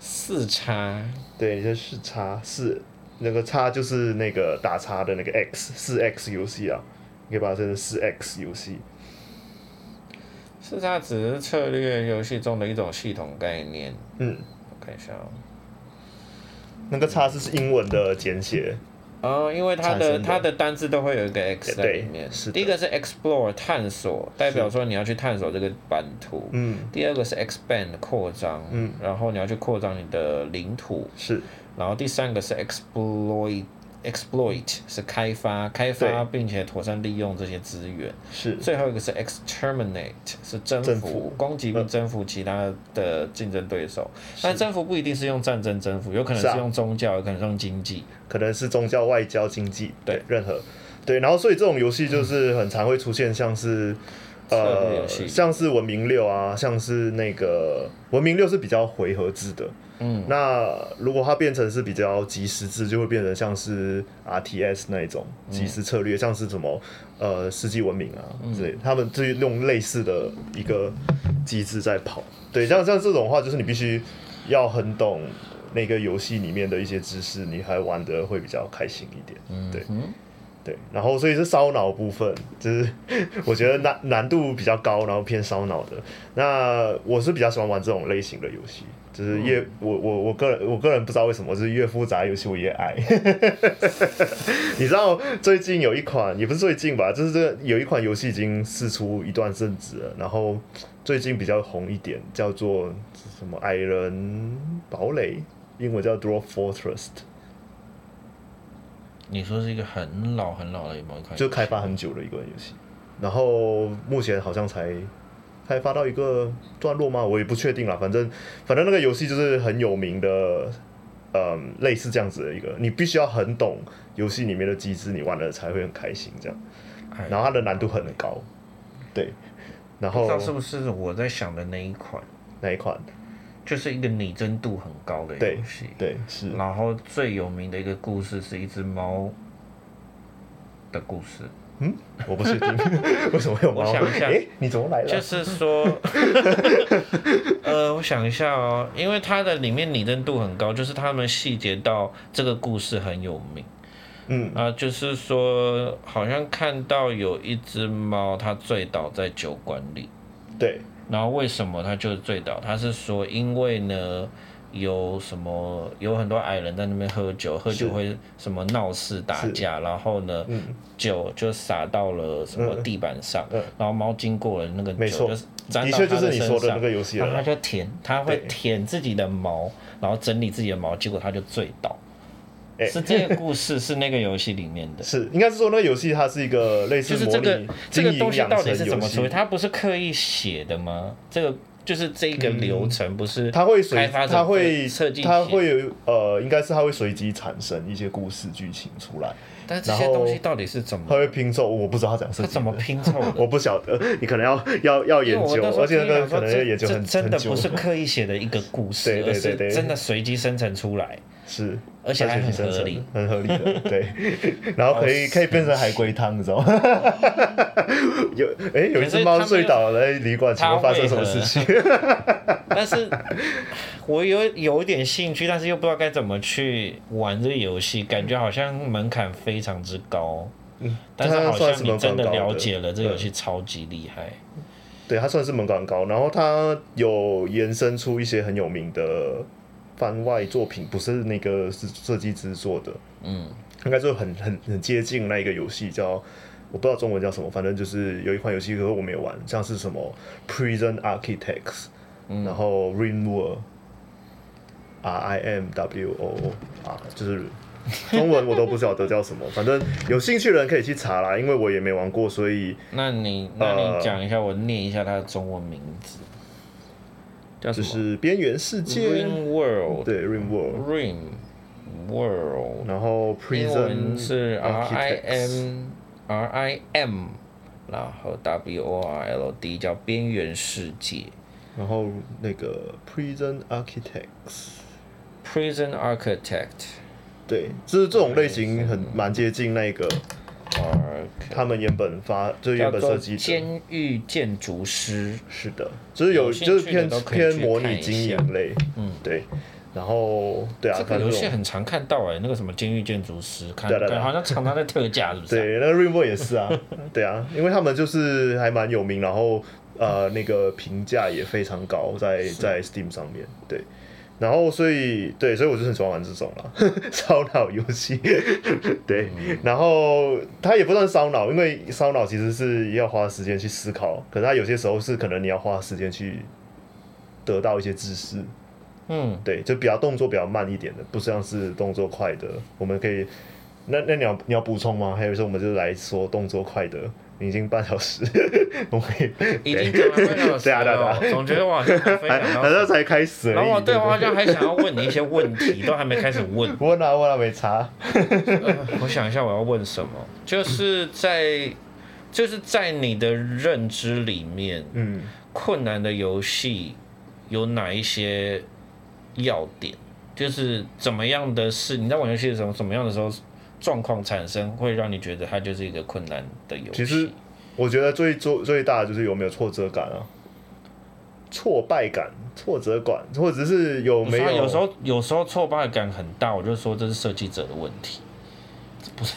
S1: 四叉
S2: 对，你先是叉是那个叉就是那个打叉的那个 X 四 X 游戏啊，你可以把它称成四 X 游戏。
S1: 四叉只是策略游戏中的一种系统概念。
S2: 嗯，
S1: 我看一下、哦。
S2: 那个叉是是英文的简写，
S1: 哦，因为它
S2: 产
S1: 的
S2: 生的
S1: 它的单字都会有一个 X 在
S2: 对
S1: 里面。
S2: 是的
S1: 第一个是 explore 探索，代表说你要去探索这个版图。
S2: 嗯，
S1: 第二个是 expand 扩张，
S2: 嗯，
S1: 然后你要去扩张你的领土。
S2: 是
S1: 然后第三个是 exploit。exploit 是开发，开发并且妥善利用这些资源。
S2: 是
S1: 最后一个是 exterminate 是征服，
S2: 征服嗯
S1: 攻击并征服其他的竞争对手。
S2: 是
S1: 但征服不一定是用战争征服，有可能
S2: 是啊
S1: 是用宗教，有可能是用经济。
S2: 可能是宗教、外交、经济，
S1: 对
S2: 任何对，然后所以这种游戏就是很常会出现，像是。
S1: 策略游
S2: 呃，
S1: 戏
S2: 像是文明六啊，像是那个文明六是比较回合制的，
S1: 嗯，
S2: 那如果它变成是比较即时制，就会变成像是 R T S 那一种
S1: 嗯
S2: 即时策略，像是什么呃世纪文明啊
S1: 嗯
S2: 之类的，他们就是用类似的一个机制在跑。对，像像这种的话，就是你必须要很懂那个游戏里面的一些知识，你还玩的会比较开心一点。对
S1: 嗯
S2: 对，然后所以是烧脑部分，就是我觉得难难度比较高，然后偏烧脑的。那我是比较喜欢玩这种类型的游戏，就是越、我我我个人我个人不知道为什么，就是越复杂的游戏我越爱。 (laughs) 你知道最近有一款也不是最近吧，就是这个有一款游戏已经试出一段阵子了，然后最近比较红一点，叫做什么矮人堡垒，英文叫 Dwarf Fortress。
S1: 你说是一个很老很老的某一款游戏，
S2: 就开发很久的一个游戏，然后目前好像才开发到一个段落吗？我也不确定啦，反正反正那个游戏就是很有名的，嗯，类似这样子的一个，你必须要很懂游戏里面的机制，你玩了才会很开心这样。
S1: 哎
S2: 然后它的难度很高，对，然
S1: 不
S2: 后
S1: 知道是不是我在想的那一款，
S2: 哪一款？
S1: 就是一个拟真度很高的
S2: 对
S1: 游戏。
S2: 对，是
S1: 然后最有名的一个故事是一只猫的故
S2: (laughs)
S1: 事，
S2: 我不
S1: (laughs)
S2: 确定为什么会有猫。
S1: 我想一下
S2: 诶，你怎么来了？
S1: 就是说，呃，我想一下哦，因为它的里面拟真度很高，就是他们细节到这个故事很有名。
S2: 嗯，
S1: 啊，就是说，好像看到有一只猫，它醉倒在酒馆里。
S2: 对，
S1: 然后为什么它就醉倒？它是说，因为呢，有什么有很多矮人在那边喝酒，喝酒
S2: 是
S1: 会什么闹事打
S2: 是
S1: 架，然后呢，
S2: 嗯，
S1: 酒就洒到了什么地板上，
S2: 嗯
S1: 然后猫经过了那个
S2: 没
S1: 酒
S2: 错
S1: 就沾
S2: 的
S1: 到
S2: 确
S1: 它
S2: 就是你说
S1: 身
S2: 的那
S1: 上
S2: 个。游戏
S1: 然后它
S2: 了。
S1: 就舔，它会
S2: 对
S1: 舔自己的毛，然后整理自己的毛，结果它就醉倒。
S2: 哎
S1: 是这个故事，是那个游戏里面的。
S2: 是，应该是说那个游戏它是一个类似
S1: 就是
S2: 模
S1: 这个
S2: 拟
S1: 这
S2: 经
S1: 个
S2: 营
S1: 东西
S2: 养
S1: 到底是
S2: 成
S1: 怎
S2: 游
S1: 么处理？
S2: 戏，
S1: 他不是刻意写的吗？这个就是这个流程不是？
S2: 嗯它会随
S1: 开发者
S2: 它会
S1: 设计
S2: 它
S1: 写
S2: 会有呃，应该是它会随机产生一些故事剧情出来，
S1: 但是这
S2: 然
S1: 些
S2: 后
S1: 东西到底是怎
S2: 它
S1: 么？
S2: 会拼凑，我不知道它怎样设
S1: 它
S2: 计，
S1: 怎么？拼凑
S2: (laughs) 我
S1: 的？
S2: 不晓得，你可能要 (laughs) 要要
S1: 因为
S2: 研
S1: 我
S2: 究
S1: 那时，候
S2: 而且那
S1: 听
S2: 个
S1: 你
S2: 可
S1: 讲说
S2: 能
S1: 这
S2: 要研究
S1: 这
S2: 很
S1: 真的
S2: 很久
S1: 不是刻意写的一个故事
S2: 对，
S1: 而
S2: 对
S1: 是
S2: 对对
S1: 真的随机生成出来。
S2: 是，
S1: 而且还
S2: 它随机
S1: 很
S2: 生
S1: 合
S2: 成
S1: 理，哦
S2: 很合理的，对。然后可以可以变成海龟汤，你知道吗？ (laughs) 有哎，有
S1: 可
S2: 一只
S1: 是
S2: 猫
S1: 它没
S2: 睡
S1: 有
S2: 倒了在旅馆，请
S1: 它
S2: 问发生
S1: 为
S2: 什么
S1: 何
S2: 事情？
S1: 但是我有有一点兴趣，但是又不知道该怎么去玩这个游戏，感觉好像门槛非常之高。嗯，但是
S2: 它
S1: 好
S2: 算
S1: 像
S2: 是
S1: 你
S2: 门槛
S1: 真的
S2: 高的嗯
S1: 了解了这个游
S2: 对
S1: 戏超级厉害。
S2: 对，它算是门槛高，然后它有延伸出一些很有名的番外作品，不是那个是设计制作的，
S1: 嗯，
S2: 应该就很很很接近那一个游戏叫。我不知道中文叫什么，反正就是有一款游戏，可是我没有玩，像是什么 Prison Architects，、然后 Rimworld。R I M W O O R，就是中文我都不晓得叫什么，反正有兴趣的人可以去查啦，因为我也没玩过，所以
S1: 那你那你
S2: 呃
S1: 讲一下，我念一下它的中文名字，叫什
S2: 就
S1: 么、
S2: 是边缘世界。
S1: Ring World
S2: 对 Rim World，
S1: Ring World，
S2: 然后
S1: 英
S2: Prison
S1: 文是 R I
S2: Architects
S1: M R I M，然后 W O R L D 叫边缘世界
S2: 然后那个 Prison Architects，
S1: Prison Architect
S2: 对，就是这种类型很蛮接近那个
S1: R
S2: 他们原本发就是
S1: 叫
S2: 哦原本
S1: 做
S2: 设计的，
S1: 监狱建筑师。
S2: 是的，就是有
S1: 有兴趣
S2: 就是偏
S1: 的都可以
S2: 偏
S1: 去
S2: 模
S1: 看
S2: 拟
S1: 一
S2: 经
S1: 下
S2: 营类，
S1: 嗯，
S2: 对，然后对啊
S1: 这，个
S2: 反正
S1: 游
S2: 这
S1: 戏
S2: 种
S1: 很常看到哎、那个什么监狱建筑师，看
S2: 对对对
S1: 好像常常在特价，是不是啊、
S2: 对，那个 Rainbow
S1: (laughs)
S2: 也是啊，对啊，因为他们就是还蛮有名，然后呃，那个评价也非常高，在在 Steam 上面，对，然后所以对，所以我就很喜欢玩这种了， (laughs) 烧脑游戏。对，
S1: 嗯
S2: 然后它也不算烧脑，因为烧脑其实是要花时间去思考，可是它有些时候是可能你要花时间去得到一些知识。
S1: 嗯，
S2: 对，就比较动作比较慢一点的，不像是动作快的，我们可以。那那你要你要补充吗？还有说我们就来说动作快的，已经半小时， (laughs) 我们也
S1: 已经讲了半小时
S2: 对啊对啊
S1: 了，
S2: 对啊
S1: 总觉得我好像没分
S2: 还
S1: 享
S2: 还
S1: 到。
S2: 是才开始而已。
S1: 然后我对我啊好像还想要问你一些问题，都还没开始问。
S2: 问啊问啊没差。
S1: 呃我想一下我要问什么，就是在就是在你的认知里面，
S2: 嗯，
S1: 困难的游戏有哪一些要点？就是怎么样的事？你在玩游戏的时候，怎么样的时候状况产生会让你觉得它就是一个困难的游戏？
S2: 其实我觉得最最最大的就是有没有挫折感啊，挫败感、挫折感，或者是有
S1: 我
S2: 没
S1: 说
S2: 有？
S1: 啊有时候有时候挫败感很大，我就说这是设计者的问题，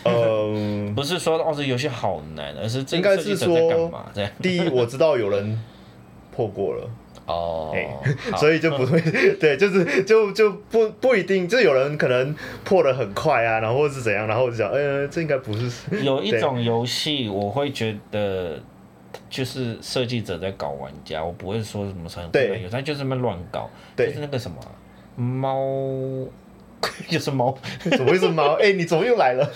S2: 嗯，
S1: 不是说哦这游戏好难，而是这
S2: 应该
S1: 个
S2: 是
S1: 设计者在干嘛这样？
S2: 第一我知道有人破过了。 (laughs)
S1: 哦，好
S2: 哎所以就不会， (laughs) 对，就是就就不不一定，就有人可能破的很快啊，然后或是怎样，然后我就想，呃，这应该不是，
S1: 有一种游戏我会觉得。就是设计者在搞玩家，我不会说什么很
S2: 对
S1: 困难游戏，他就是那么乱搞，就
S2: 对
S1: (laughs) 是，那个什么啊猫， (laughs) 就是猫。
S2: 怎么会是猫？哎、你怎么又来了？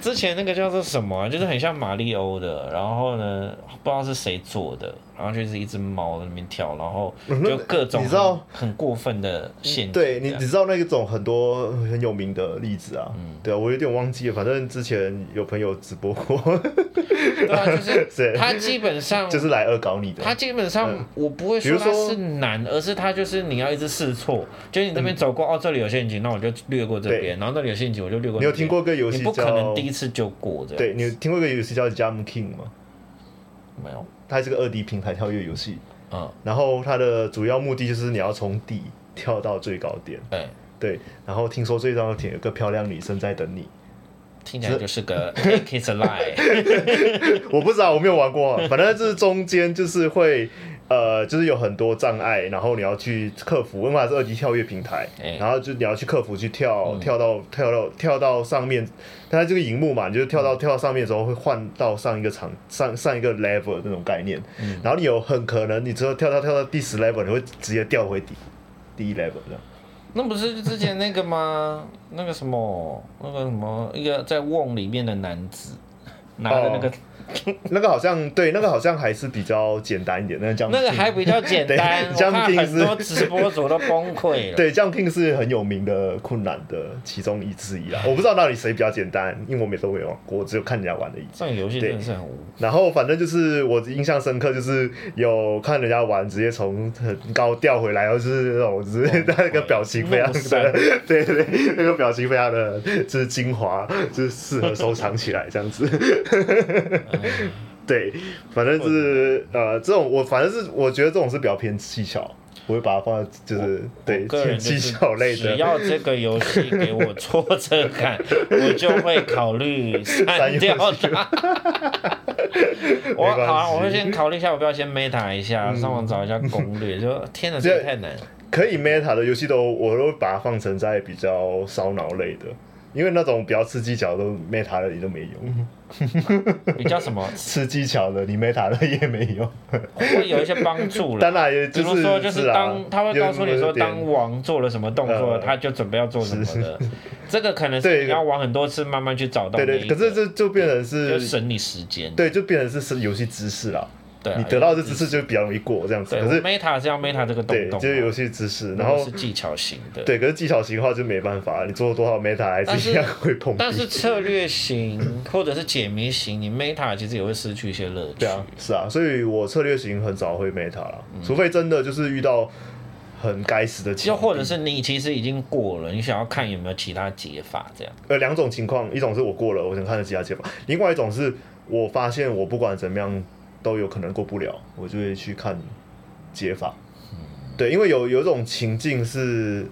S1: 之前那个叫做什么啊、就是很像马里欧的，然后呢，不知道是谁做的，然后就是一只猫在那边跳，然后
S2: 嗯那
S1: 就各种
S2: 你知道
S1: 很很过分的陷阱这
S2: 对
S1: 样。
S2: 你，你知道那种很多很有名的例子啊，对啊，我有点忘记了，反正之前有朋友直播过，
S1: 对啊，就是
S2: (laughs) 对
S1: 它基本上
S2: 就是来恶搞你的，
S1: 它基本上
S2: 嗯，
S1: 我不会
S2: 比
S1: 说
S2: 如
S1: 它
S2: 说
S1: 是难，而是它就是你要一直试错，就是你这边走过、哦，这里有陷阱，那我就略过这边，然后那里有陷阱我就略过那边。
S2: 你有听过一个游戏
S1: 你不可能
S2: 叫
S1: 第一次就过这样。
S2: 对，你有听过一个游戏叫 Jump King 吗？
S1: 没有，
S2: 它是个二 D 平台跳跃游戏，
S1: 嗯，
S2: 然后它的主要目的就是你要从底跳到最高点，
S1: 对，
S2: 对，然后听说最高点有个漂亮女生在等你，
S1: 听起来就是个 kiss lie。 (laughs)
S2: 我不知道，我没有玩过，啊反正就是中间就是会。呃，就是有很多障碍，然后你要去克服，因为它是二级跳跃平台，
S1: 哎嗯
S2: 然后就你要去克服，去跳跳到跳到跳到上面，它这个荧幕嘛，你就是跳
S1: 嗯
S2: 到跳到上面的时候会换到上一个场上上一个 level 那种概念，
S1: 嗯
S2: 然后你有很可能你之后跳到跳到第十 level，你会直接掉回第第一 level 这样。
S1: 那不是之前那个吗？那个什么，那个什么，一个在瓮里面的男子拿着那个，
S2: 哦那个好像对，那个好像还是比较简单一点，那个叫
S1: 那个还比较简单。
S2: 对
S1: 我看
S2: Jumping
S1: 很
S2: 是
S1: 多直播主都崩溃了。
S2: (laughs) 对，这样 King 是很有名的困难的其中一
S1: (laughs)
S2: 之一啦。我不知道到底谁比较简单，因为我每都没玩过，我只有看人家玩而已。
S1: 这种游戏真的是很无。
S2: 然后反正就是我印象深刻，就是有看人家玩，直接从很高掉回来，然后就是那种，
S1: 哦
S2: 就是那个表情非常
S1: 弄散
S2: 的， (laughs) 对对对，那个表情非常的，就是精华，就是适合收藏起来这样子。 (laughs) 对，反正就是呃，这种我反正是我觉得这种是比较偏技巧，我会把它放在就是对
S1: 个人
S2: 偏
S1: 就是
S2: 技巧类
S1: 只
S2: 的。
S1: 要这个游戏给我挫折
S2: (laughs)
S1: 感，我就会考虑删掉它。我
S2: 没关系嗯
S1: 好、啊，我会先考虑一下，我不要先 meta 一下，上网找一下攻略。就天哪，这也太
S2: (laughs)
S1: 难了。
S2: 可以 meta 的游戏都，我都把它放成在比较烧脑类的，因为那种比较吃技巧的 meta 的你都没
S1: 嗯
S2: 用，
S1: 比较什么
S2: 吃技巧的你 meta 的也没用。
S1: 会有一些帮助了。
S2: 当然
S1: 嗯
S2: 也
S1: 比
S2: 就是
S1: 如说，就是
S2: 啊
S1: 当他会告诉你说，
S2: 有点
S1: 当王做了什么动作，
S2: 呃
S1: 他就准备要做什么的。这个可能是
S2: 对
S1: 你要玩很多次，慢慢去找到那
S2: 对
S1: 一个。
S2: 对，可是这就变成
S1: 就是省你时间。
S2: 对，就变成是是游戏知识啦。
S1: 对啊，
S2: 你得到这知识就比较容易过这样子，
S1: 对
S2: 可是
S1: meta 是要 meta 这个啊
S2: 对
S1: 东，东
S2: 就
S1: 嘛，
S2: 是游戏知识，然
S1: 如果
S2: 后
S1: 是技巧型的。
S2: 对，可是技巧型的话就没办法，你做多少 meta 还
S1: 但
S2: 是
S1: 是
S2: 一样会碰壁。
S1: 但是策略型或者是解谜型，你 meta 其实也会失去一些乐趣
S2: 对。啊，是啊，所以我策略型很少会 meta 啦，除非真的就是遇到很该死的情
S1: 又
S2: 况，
S1: 或者是你嗯其实已经过了，你想要看有没有其他解法这样。
S2: 呃两种情况，一种是我过了，我想看的其他解法；，另外一种是我发现我不管怎么样都有可能过不了，我就会去看解法。
S1: 嗯
S2: 对，因为有有一种情境是。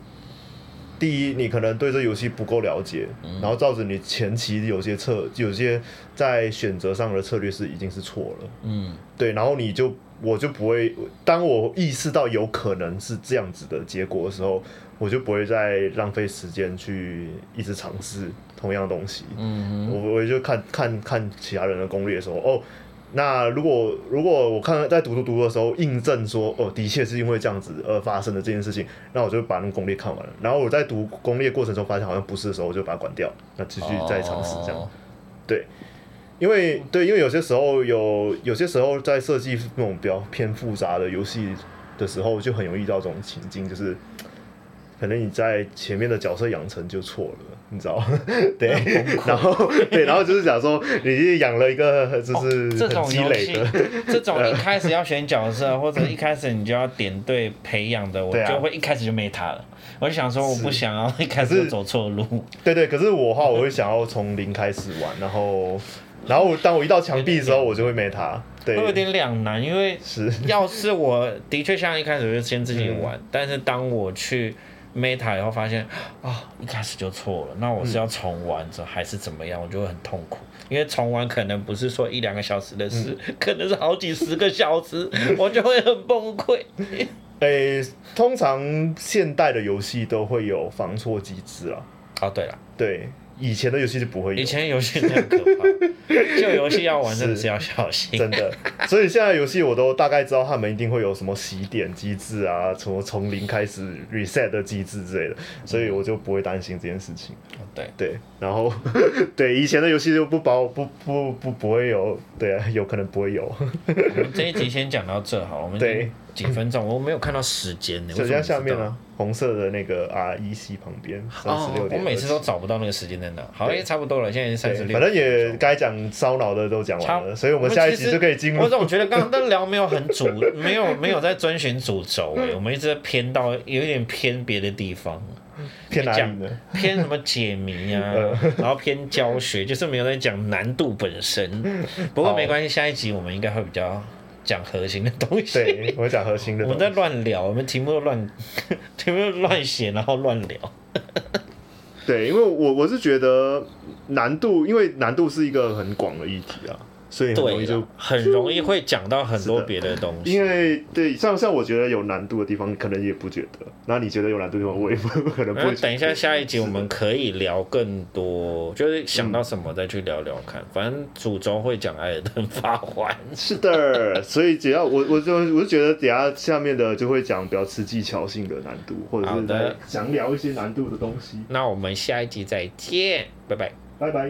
S2: 第一，你可能对这游戏不够了解，
S1: 嗯
S2: 然后造成你前期有些策、有些在选择上的策略是已经是错了，
S1: 嗯，
S2: 对，然后你就我就不会，当我意识到有可能是这样子的结果的时候，我就不会再浪费时间去一直尝试同样的东西。
S1: 嗯
S2: 我我就看看看其他人的攻略的时候，哦，那如果如果我看在读读读的时候印证说，哦，的确是因为这样子而发生的这件事情，那我就把那个攻略看完了。然后我在读攻略过程中发现好像不是的时候，我就把它关掉，那继续再尝试这样。
S1: 哦
S2: 因为对，因为有些时候有有些时候在设计那种比较偏复杂的游戏的时候，就很容易遇到这种情境，就是可能你在前面的角色养成就错了，你知道？ (laughs) 对，然后对，然后就是讲说你养了一个就是
S1: 哦这
S2: 很
S1: 种
S2: 积
S1: 游
S2: 累
S1: 戏
S2: 的，，呃
S1: 这
S2: (laughs)
S1: 种一开始要选角色，或者一开始你就要点对培养的，我
S2: 对啊
S1: 就会一开始就没他了。我就想说，我不想要 (laughs) 一开
S2: 可
S1: 始
S2: 是
S1: 就走错路。
S2: 对对。可是我的话，我会想要从零开始玩，然后然后当我遇到墙壁的时候，我就会没它。对
S1: 会，有点两难，因为
S2: 是
S1: (laughs) 要是我的确像一开始我就先自己玩，
S2: 嗯
S1: 但是当我去 Meta 以后发现啊、一开始就错了，那我是要重玩着、还是怎么样，我就会很痛苦，因为重玩可能不是说一两个小时的事，
S2: 嗯
S1: (laughs) 可能是好几十个小
S2: (laughs)
S1: 时，我就会很崩溃。
S2: 诶、通常现代的游戏都会有防错机制啦。
S1: 哦，对了，
S2: 对，以前的游戏就不会有
S1: 以，前游戏真的很可
S2: (laughs)
S1: 怕，旧游戏要玩真的是要小心。
S2: 真的。所以现在游戏我都大概知道他们一定会有什么洗点机制啊，什么从零开始 reset 的机制之类的，所以我就不会担心这件事情。
S1: 哦对，
S2: 对，然后 (laughs) 对以前的游戏就不包不不不不会有，对啊，有可能不会有。
S1: 我们这一集先讲到这好了，我们已
S2: 对
S1: 经几分钟，我没有看到时间呢，
S2: 首
S1: 我怎么
S2: 先
S1: 知道
S2: 下面啊呢，红色的那个 R E C 旁边三十六
S1: 哦我
S2: 点，
S1: 每次都找不到那个时间在哪。好，
S2: 对
S1: 也差不多了，现在已经三
S2: 对
S1: 十，六。
S2: 反正也该讲烧脑的都讲
S1: 差
S2: 完了，所以我们下一
S1: 其
S2: 集
S1: 实
S2: 就可以进入
S1: 我总觉得刚刚的聊没有很主，没有 (laughs) 没有在遵循主轴哎，我们一直在偏到有一点偏别的地
S2: (laughs)
S1: 方，
S2: 偏哪里
S1: 讲
S2: 呢？
S1: 偏什么解谜啊，
S2: 嗯
S1: (laughs) 然后偏教学，就是没有在讲难度本
S2: (laughs)
S1: 身。不过
S2: 好
S1: 没关系，下一集我们应该会比较讲核心的东西。
S2: (laughs) 对，我讲核心的
S1: 我
S2: 东
S1: 们
S2: 西。
S1: 在乱聊，我们题目都乱， (laughs) 题目都乱写，然后乱聊。
S2: 对，因为我我是觉得难度，因为难度是一个很广的议题啊，所以很容
S1: 对
S2: 易就
S1: 啦，很容易会讲到很多别的东西。
S2: 因为对像像我觉得有难度的地方，可能也不觉得，那你觉得有难度的地方，我也不可能不
S1: 然后
S2: 会。
S1: 等一下，下一集我们可以聊更多，就是想
S2: 嗯
S1: 到什么再去聊聊看。反正主轴会讲《艾尔登 (laughs) 法环》，
S2: 是的，所以只要我我就我就觉得等一下下面的就会讲比较吃技巧性的难度，或者
S1: 好
S2: 是
S1: 的
S2: 在详聊一些难度的东西。
S1: 那我们下一集再见，拜拜。
S2: 拜拜。